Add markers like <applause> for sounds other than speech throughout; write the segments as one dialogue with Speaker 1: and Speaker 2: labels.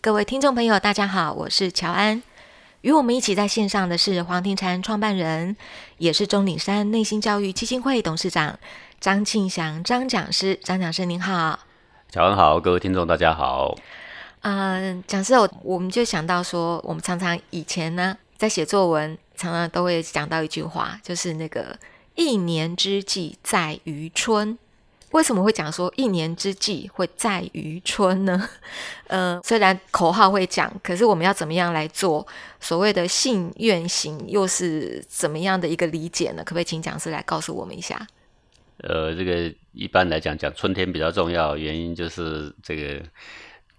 Speaker 1: 各位听众朋友，大家好，我是乔安。与我们一起在线上的是黄庭禅创办人，也是钟岭山内心教育基金会董事长张庆祥张讲师。张讲师您好，
Speaker 2: 乔安好，各位听众大家好。
Speaker 1: 嗯，讲师，我我们就想到说，我们常常以前呢，在写作文，常常都会讲到一句话，就是那个“一年之计在于春”。为什么会讲说“一年之计会在于春”呢？ <laughs> 呃，虽然口号会讲，可是我们要怎么样来做所谓的信愿行，又是怎么样的一个理解呢？可不可以请讲师来告诉我们一下？
Speaker 2: 呃，这个一般来讲讲春天比较重要，原因就是这个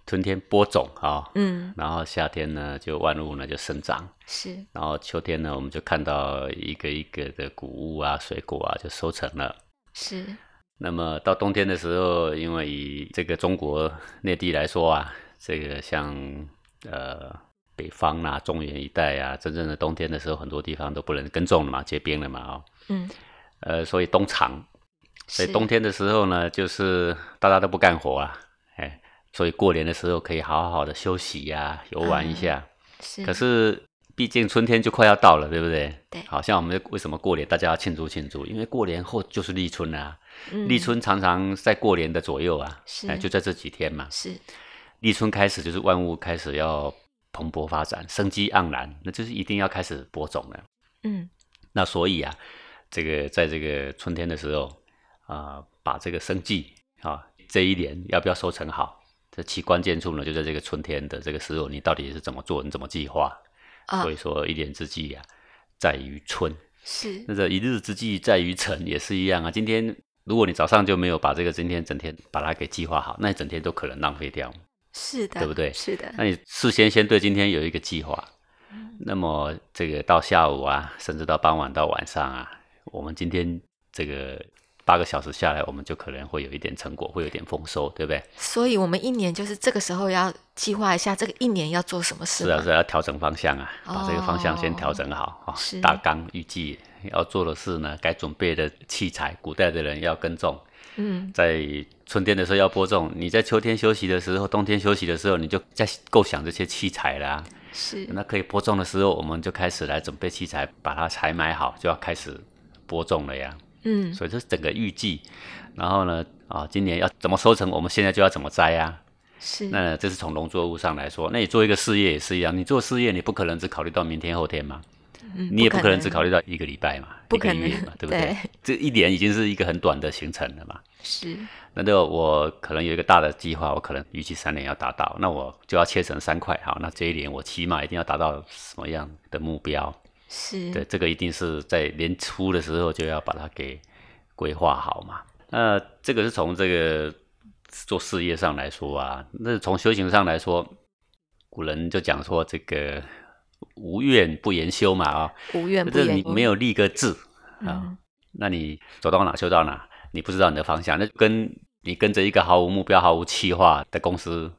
Speaker 2: 春天播种啊、
Speaker 1: 嗯，
Speaker 2: 然后夏天呢就万物呢就生长，
Speaker 1: 是，
Speaker 2: 然后秋天呢我们就看到一个一个的谷物啊、水果啊就收成了。
Speaker 1: 是，
Speaker 2: 那么到冬天的时候，因为以这个中国内地来说啊，这个像呃北方啊、中原一带啊，真正的冬天的时候，很多地方都不能耕种了嘛，结冰了嘛哦，
Speaker 1: 嗯，
Speaker 2: 呃，所以冬藏所以
Speaker 1: 是
Speaker 2: 冬天的时候呢，就是大家都不干活啊，哎，所以过年的时候可以好好的休息呀、游玩一
Speaker 1: 啊
Speaker 2: 下。
Speaker 1: 是，
Speaker 2: 可是毕竟春天就快要到了，对不对？
Speaker 1: 嗯对
Speaker 2: 好像我们为什么过年大家要庆祝庆祝？因为过年后就是立春啊，
Speaker 1: 嗯
Speaker 2: 立春常常在过年的左右啊，
Speaker 1: 是
Speaker 2: 哎，就在这几天嘛。
Speaker 1: 嗯是，
Speaker 2: 立春开始就是万物开始要蓬勃发展，生机盎然，那就是一定要开始播种了。
Speaker 1: 嗯，
Speaker 2: 那所以啊，这个在这个春天的时候啊、把这个生计啊这一年要不要收成好，这其关键处呢就在这个春天的这个时候，你到底是怎么做，你怎么计划？
Speaker 1: 啊
Speaker 2: 所以说一年之计啊，在于春。
Speaker 1: 是
Speaker 2: 那这一日之计在于晨也是一样啊。今天如果你早上就没有把这个今天整天把它给计划好，那一整天都可能浪费掉。
Speaker 1: 是的，
Speaker 2: 对不对哎
Speaker 1: 是的，
Speaker 2: 那你事先先对今天有一个计划，那么这个到下午啊，甚至到傍晚到晚上啊，我们今天这个八个小时下来，我们就可能会有一点成果，会有点丰收，对不对？
Speaker 1: 所以我们一年就是这个时候要计划一下，这个一年要做什么事
Speaker 2: 是啊，
Speaker 1: 吗。
Speaker 2: 是啊要调整方向啊，把这个方向先调整好啊、
Speaker 1: 是
Speaker 2: 大纲预计要做的事呢，该准备的器材，古代的人要耕种，
Speaker 1: 嗯，
Speaker 2: 在春天的时候要播种，你在秋天休息的时候，冬天休息的时候，你就在构想这些器材啦、
Speaker 1: 是
Speaker 2: 那可以播种的时候，我们就开始来准备器材，把它采买好，就要开始播种了呀。
Speaker 1: 嗯
Speaker 2: 所以这是整个预计，然后呢，啊，今年要怎么收成，我们现在就要怎么栽呀、
Speaker 1: 是
Speaker 2: 那这是从农作物上来说，那你做一个事业也是一样，你做事业你不可能只考虑到明天后天嘛，
Speaker 1: 嗯
Speaker 2: 你也不可能只考虑到一个礼拜嘛，
Speaker 1: 不
Speaker 2: 一
Speaker 1: 可
Speaker 2: 个
Speaker 1: 能
Speaker 2: 月嘛，对不对？
Speaker 1: 对
Speaker 2: 这一年已经是一个很短的行程了嘛。
Speaker 1: 是
Speaker 2: 那就我可能有一个大的计划，我可能预期三年要达到，那我就要切成三块，好，那这一年我起码一定要达到什么样的目标？
Speaker 1: 是
Speaker 2: 对，这个一定是在年初的时候就要把它给规划好嘛。那这个是从这个做事业上来说啊，那从修行上来说，古人就讲说这个无愿不言修嘛啊、
Speaker 1: 无怨不
Speaker 2: 这
Speaker 1: 怨，
Speaker 2: 你没有立个志啊、
Speaker 1: 嗯
Speaker 2: 那你走到哪修到哪，你不知道你的方向，那就跟你跟着一个毫无目标、毫无计划的公司，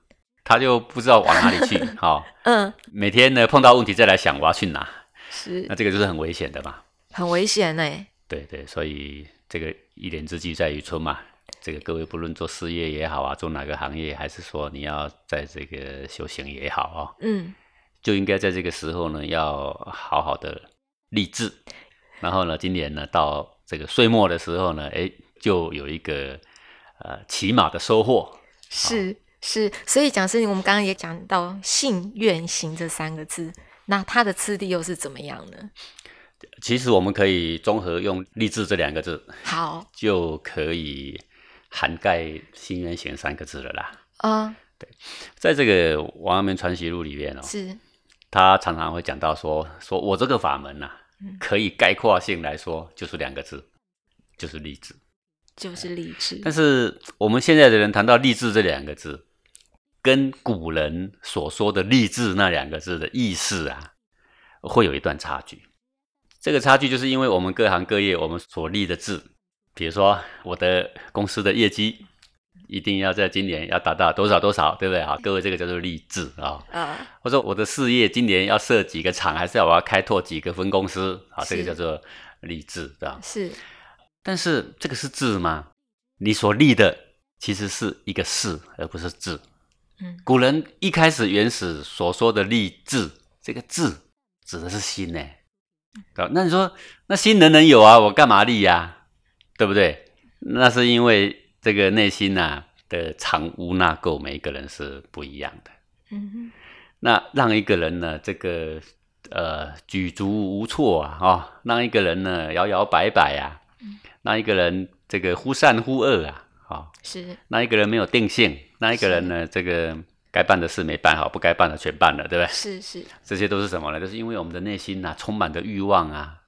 Speaker 2: 他就不知道往哪里去。好、
Speaker 1: 嗯
Speaker 2: 每天呢碰到问题再来想我要去哪，那
Speaker 1: 是
Speaker 2: 这个就是很危险的嘛。
Speaker 1: 很危险呢。
Speaker 2: 对对，所以这个一年之计在于春嘛。这个各位不论做事业也好啊，做哪个行业，还是说你要在这个修行也好啊、
Speaker 1: 嗯，
Speaker 2: 就应该在这个时候呢，要好好的励志。然后呢，今年呢，到这个岁末的时候呢，哎，就有一个呃起码的收获。
Speaker 1: 是是，所以讲是我们刚刚也讲到信愿行这三个字，那它的次第又是怎么样呢？
Speaker 2: 其实我们可以综合用“励志”这两个字，
Speaker 1: 好，
Speaker 2: 就可以涵盖“心愿行”三个字了啦。
Speaker 1: 嗯，
Speaker 2: 在这个《王阳明传习录》里面哦，
Speaker 1: 是
Speaker 2: 他常常会讲到说，说我这个法门呐、
Speaker 1: 嗯
Speaker 2: 可以概括性来说就是两个字，就是励志。
Speaker 1: 就是励志，
Speaker 2: 但是我们现在的人谈到励志这两个字，跟古人所说的励志那两个字的意思啊，会有一段差距。这个差距就是因为我们各行各业我们所立的志，比如说我的公司的业绩一定要在今年要达到多少多少，对不对？好，各位这个叫做励志啊、
Speaker 1: 呃，
Speaker 2: 或者我的事业今年要设几个厂，还是要我要开拓几个分公司，好，这个
Speaker 1: 是
Speaker 2: 叫做励志，对吧？
Speaker 1: 是
Speaker 2: 但是这个是志吗？你所立的其实是一个事，而不是志。
Speaker 1: 嗯
Speaker 2: 古人一开始原始所说的立志，这个志指的是心呢、对吧那你说，那心人人有啊，我干嘛立呀、对不对？那是因为这个内心呐、的藏污纳垢，每一个人是不一样的。
Speaker 1: 嗯
Speaker 2: 那让一个人呢，这个呃举足无措啊，哦，让一个人呢摇摇摆摆啊，让一个人这个忽善忽恶啊，哦，
Speaker 1: 哼，是
Speaker 2: 那一个人没有定性，那一个人呢，这个该办的事没办好，不该办的全办了，对不对？
Speaker 1: 是是，
Speaker 2: 这些都是什么呢？就是因为我们的内心呐、啊充满着欲望啊，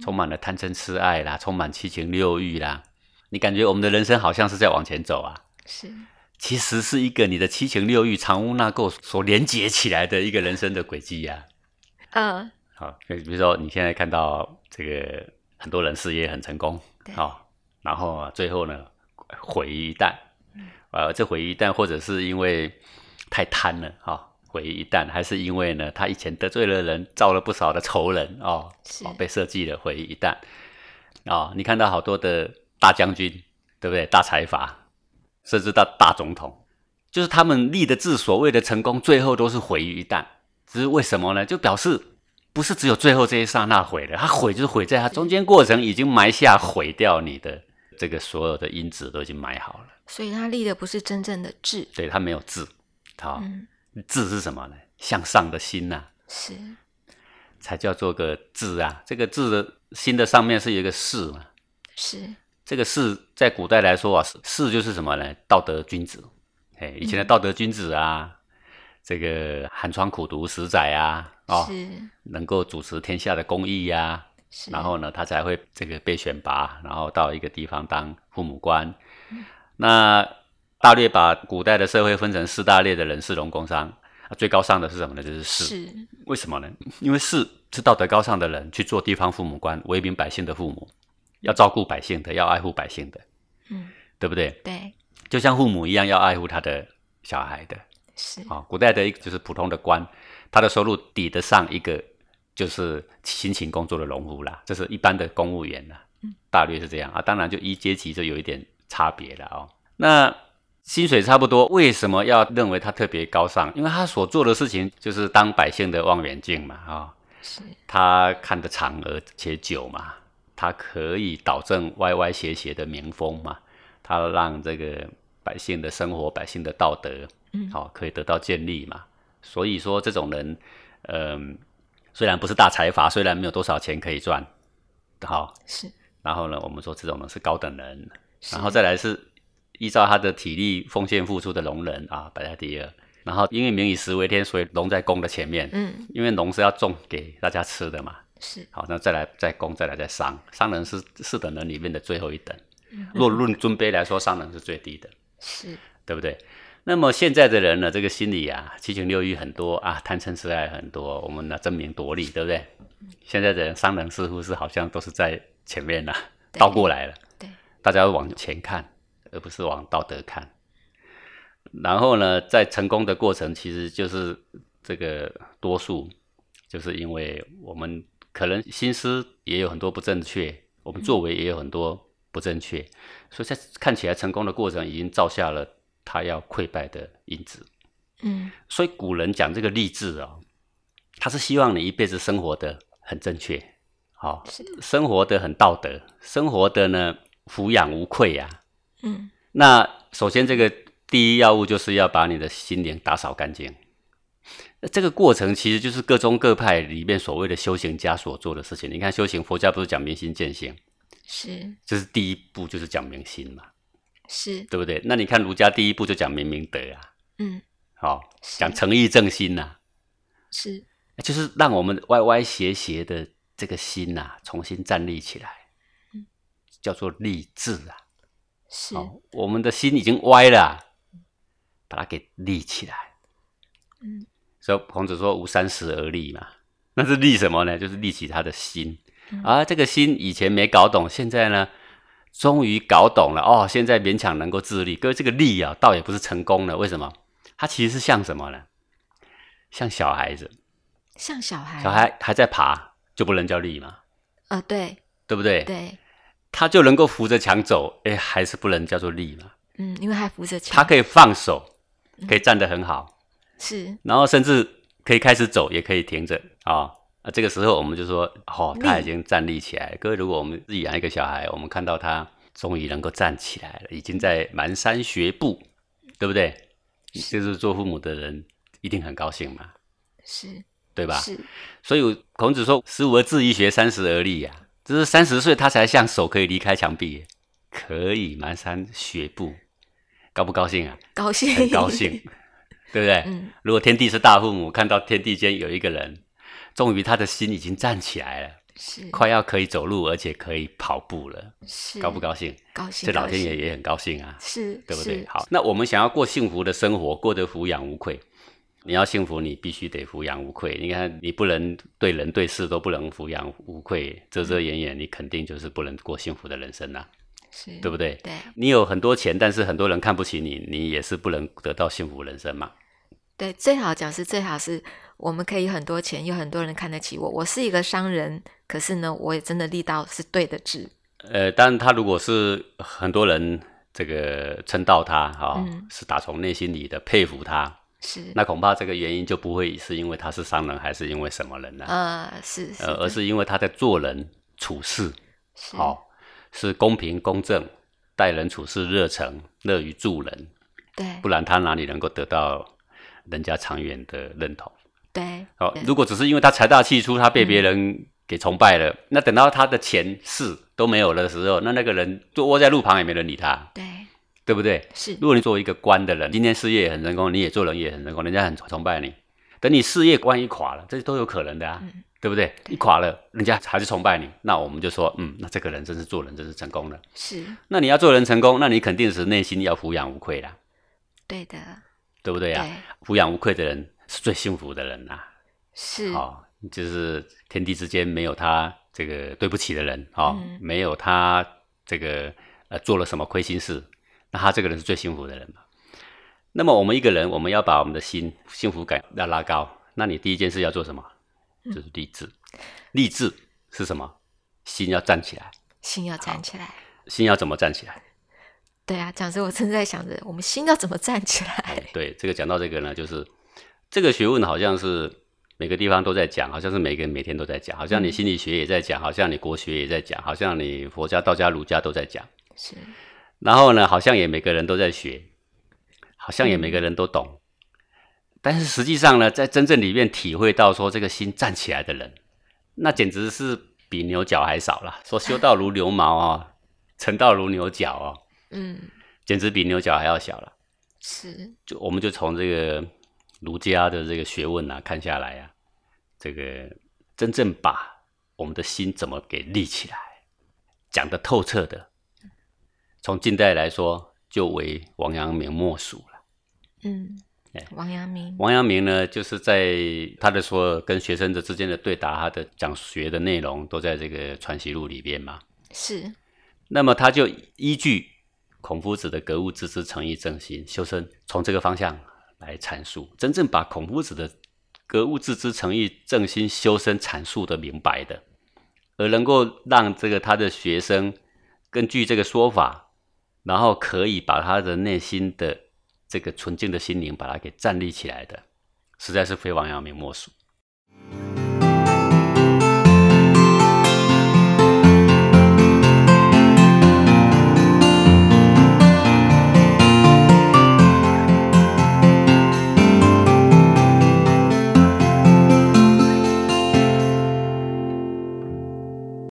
Speaker 2: 充满了贪嗔痴爱啦，充满七情六欲啦。你感觉我们的人生好像是在往前走啊，
Speaker 1: 是
Speaker 2: 其实是一个你的七情六欲、藏污纳垢所连接起来的一个人生的轨迹啊呀、
Speaker 1: 嗯，
Speaker 2: 好，比如说你现在看到这个很多人事业很成功，
Speaker 1: 对
Speaker 2: 好、然后啊最后呢毁于一旦，
Speaker 1: 嗯
Speaker 2: 呃，这毁于一旦，或者是因为太贪了哈、毁于一旦，还是因为呢他以前得罪了人，造了不少的仇人哦，
Speaker 1: 是
Speaker 2: 哦被设计了毁于一旦，哦，你看到好多的大将军，对不对？大财阀，甚至到大总统，就是他们立的志，所谓的成功，最后都是毁于一旦。只是为什么呢？就表示不是只有最后这一刹那毁了，它毁就是毁在它中间过程已经埋下毁掉你的这个所有的因子都已经埋好了，
Speaker 1: 所以他立的不是真正的志，
Speaker 2: 对，它没有志。好，
Speaker 1: 嗯，
Speaker 2: 志是什么呢？向上的心呐、
Speaker 1: 是
Speaker 2: 才叫做个志啊。这个志的心的上面是有一个士嘛，
Speaker 1: 是
Speaker 2: 这个士在古代来说啊，士士就是什么呢？道德君子，哎，以前的道德君子啊，这个寒窗苦读十载啊，哦，
Speaker 1: 是
Speaker 2: 能够主持天下的公义呀、啊，
Speaker 1: 是，
Speaker 2: 然后呢，他才会这个被选拔，然后到一个地方当父母官。那大略把古代的社会分成四大类的人士、农工商，啊最高尚的是什么呢？就是士。
Speaker 1: 是
Speaker 2: 为什么呢？因为士是道德高尚的人去做地方父母官，为民百姓的父母，要照顾百姓的，要爱护百姓的，
Speaker 1: 嗯，
Speaker 2: 对不对？
Speaker 1: 对
Speaker 2: 就像父母一样要爱护他的小孩的。
Speaker 1: 是
Speaker 2: 啊、古代的一个就是普通的官，他的收入抵得上一个就是辛勤工作的农夫啦，这是一般的公务员啦，大略是这样啊。当然就依阶级就有一点差别了哦。那薪水差不多，为什么要认为他特别高尚？因为他所做的事情就是当百姓的望远镜嘛，啊、
Speaker 1: 是
Speaker 2: 他看得长而且久嘛，他可以导正歪歪斜斜的民风嘛，他让这个百姓的生活、百姓的道德，
Speaker 1: 嗯
Speaker 2: 好、可以得到建立嘛。所以说，这种人，嗯、虽然不是大财阀，虽然没有多少钱可以赚，好，
Speaker 1: 是，
Speaker 2: 然后呢，我们说这种人是高等人，
Speaker 1: 是
Speaker 2: 然后再来是依照他的体力奉献付出的农人啊，摆在第二。然后因为民以食为天，所以农在公的前面，
Speaker 1: 嗯
Speaker 2: 因为农是要种给大家吃的嘛。
Speaker 1: 是
Speaker 2: 好，那再来再攻，再来再商，商人是四等人里面的最后一等。若论尊卑来说，商人是最低的，
Speaker 1: 嗯是
Speaker 2: 对不对？那么现在的人呢，这个心理啊，七情六欲很多啊，贪嗔痴爱很多，我们呢争名夺利，对不对？现在的人，商人似乎是好像都是在前面了、
Speaker 1: 对
Speaker 2: 倒过来了，
Speaker 1: 对
Speaker 2: 大家会往前看，而不是往道德看。然后呢，在成功的过程，其实就是这个多数，就是因为我们可能心思也有很多不正确，我们作为也有很多不正确，所以在看起来成功的过程已经造下了他要溃败的因子。
Speaker 1: 嗯
Speaker 2: 所以古人讲这个励志哦，他是希望你一辈子生活的很正确，好、
Speaker 1: 是
Speaker 2: 生活的很道德，生活的呢俯仰无愧呀、
Speaker 1: 嗯
Speaker 2: 那首先，这个第一要务就是要把你的心灵打扫干净。那这个过程其实就是各宗各派里面所谓的修行家所做的事情。你看，修行佛家不是讲明心见性，
Speaker 1: 是
Speaker 2: 这是第一步，就是讲明心嘛，
Speaker 1: 是
Speaker 2: 对不对？那你看儒家第一步就讲明明德啊，
Speaker 1: 嗯
Speaker 2: 好、
Speaker 1: 是
Speaker 2: 讲诚意正心呐、
Speaker 1: 是
Speaker 2: 就是让我们歪歪斜斜的这个心呐、重新站立起来，叫做立志啊。
Speaker 1: 嗯是
Speaker 2: 哦，我们的心已经歪了啊、把它给立起来。
Speaker 1: 嗯，
Speaker 2: 所以孔子说“吾三十而立”嘛，那是立什么呢？就是立起他的心。
Speaker 1: 嗯
Speaker 2: 而、这个心以前没搞懂，现在呢，终于搞懂了哦。现在勉强能够自立，各位这个立啊，倒也不是成功了。为什么？它其实是像什么呢？像小孩子，
Speaker 1: 像小孩
Speaker 2: 小孩还在爬，就不能叫立嘛，
Speaker 1: 呃对
Speaker 2: 对不对？
Speaker 1: 对
Speaker 2: 他就能够扶着墙走，哎，还是不能叫做立嘛。
Speaker 1: 嗯，因为还扶着墙
Speaker 2: 他可以放手，可以站得很好，
Speaker 1: 是
Speaker 2: 然后甚至可以开始走，也可以停着啊、啊，这个时候我们就说，哦，他已经站立起来了。各位，如果我们自己养一个小孩，我们看到他终于能够站起来了，已经在蹒跚学步，对不对？就是做父母的人一定很高兴嘛，
Speaker 1: 是
Speaker 2: 对吧？
Speaker 1: 是
Speaker 2: 所以孔子说：“十五而志于学，三十而立呀、啊就是三十岁他才像手可以离开墙壁，可以蹒跚学步，高不高兴啊？
Speaker 1: <laughs> 高兴，
Speaker 2: 很高兴，对不对？
Speaker 1: 嗯
Speaker 2: 如果天地是大父母，看到天地间有一个人，终于他的心已经站起来了，
Speaker 1: 是
Speaker 2: 快要可以走路，而且可以跑步了，
Speaker 1: 是
Speaker 2: 高不？高兴？
Speaker 1: 高兴，
Speaker 2: 这老天
Speaker 1: 高
Speaker 2: 爷
Speaker 1: 兴
Speaker 2: 也很高兴啊。
Speaker 1: 是，
Speaker 2: 对不
Speaker 1: 是
Speaker 2: 对？好，，那我们想要过幸福的生活，过得俯仰无愧。你要幸福，你必须得俯仰无愧。你看，你不能对人对事都不能俯仰无愧，遮遮掩掩，你肯定就是不能过幸福的人生啦、
Speaker 1: 是
Speaker 2: 对不对？
Speaker 1: 嗯对
Speaker 2: 你有很多钱，但是很多人看不起你，你也是不能得到幸福人生嘛。
Speaker 1: 对，最好讲是最好是我们可以很多钱，有很多人看得起我，我是一个商人，可是呢，我也真的力道是对的志，
Speaker 2: 呃，但他如果是很多人这个称道他，哈、
Speaker 1: 嗯
Speaker 2: 是打从内心里的佩服他，
Speaker 1: 是
Speaker 2: 那恐怕这个原因就不会是因为他是商人，还是因为什么人啊呢、
Speaker 1: 呃是是的
Speaker 2: 呃，而是因为他在做人处事，
Speaker 1: 是
Speaker 2: 好、是公平公正，待人处事热诚，乐于助人，
Speaker 1: 对
Speaker 2: 不然他哪里能够得到人家长远的认同？
Speaker 1: 对
Speaker 2: 好、
Speaker 1: 对
Speaker 2: 如果只是因为他财大气粗，他被别人给崇拜了，那等到他的钱势都没有了的时候，那那个人就窝在路旁也没人理他，
Speaker 1: 对
Speaker 2: 对不对？
Speaker 1: 是
Speaker 2: 如果你作为一个官的人，今天事业也很成功，你也做人也很成功，人家很崇拜你。等你事业万一垮了，这都有可能的啊，
Speaker 1: 嗯
Speaker 2: 对不对？一垮了，人家还是崇拜你，那我们就说，嗯，那这个人真是做人真是成功了。
Speaker 1: 是
Speaker 2: 那你要做人成功，那你肯定是内心要俯仰无愧啦，
Speaker 1: 对的，
Speaker 2: 对不对啊呀、
Speaker 1: 对
Speaker 2: 俯仰无愧的人是最幸福的人呐、
Speaker 1: 是
Speaker 2: 哦，就是天地之间没有他这个对不起的人哦，
Speaker 1: 嗯
Speaker 2: 没有他这个呃做了什么亏心事，那他这个人是最幸福的人嘛。那么我们一个人，我们要把我们的心幸福感要拉高，那你第一件事要做什么？就是励志。励志是什么？心要站起来，
Speaker 1: 心要站起来。
Speaker 2: 心要怎么站起来？
Speaker 1: 对啊，讲师，我正在想着我们心要怎么站起来。 <laughs>
Speaker 2: 对，这个讲到这个呢，就是这个学问好像是每个地方都在讲，好像是每个人每天都在讲，好像你心理学也在讲，好像你国学也在讲，好像你佛家、道家、儒家都在讲。
Speaker 1: 是
Speaker 2: 然后呢，好像也每个人都在学，好像也每个人都懂。但是实际上呢，在真正里面体会到说这个心站起来的人，那简直是比牛角还少了。说修道如牛毛哦，成道如牛角哦，
Speaker 1: 嗯，
Speaker 2: 简直比牛角还要小了。
Speaker 1: 是
Speaker 2: 就我们就从这个儒家的这个学问啊看下来啊，这个真正把我们的心怎么给立起来，讲得透彻的，从近代来说，就为王阳明莫属了。
Speaker 1: 嗯
Speaker 2: 哎，
Speaker 1: 王阳明
Speaker 2: 王阳明呢，就是在他的所有跟学生的之间的对答，他的讲学的内容都在这个《传习录》里边嘛。
Speaker 1: 是
Speaker 2: 那么他就依据孔夫子的格物致知、诚意、正心、修身，从这个方向来阐述，真正把孔夫子的格物致知、诚意、正心、修身阐述的明白的，而能够让这个他的学生根据这个说法，然后可以把他的内心的这个纯净的心灵把它给站立起来的，实在是非王阳明莫属。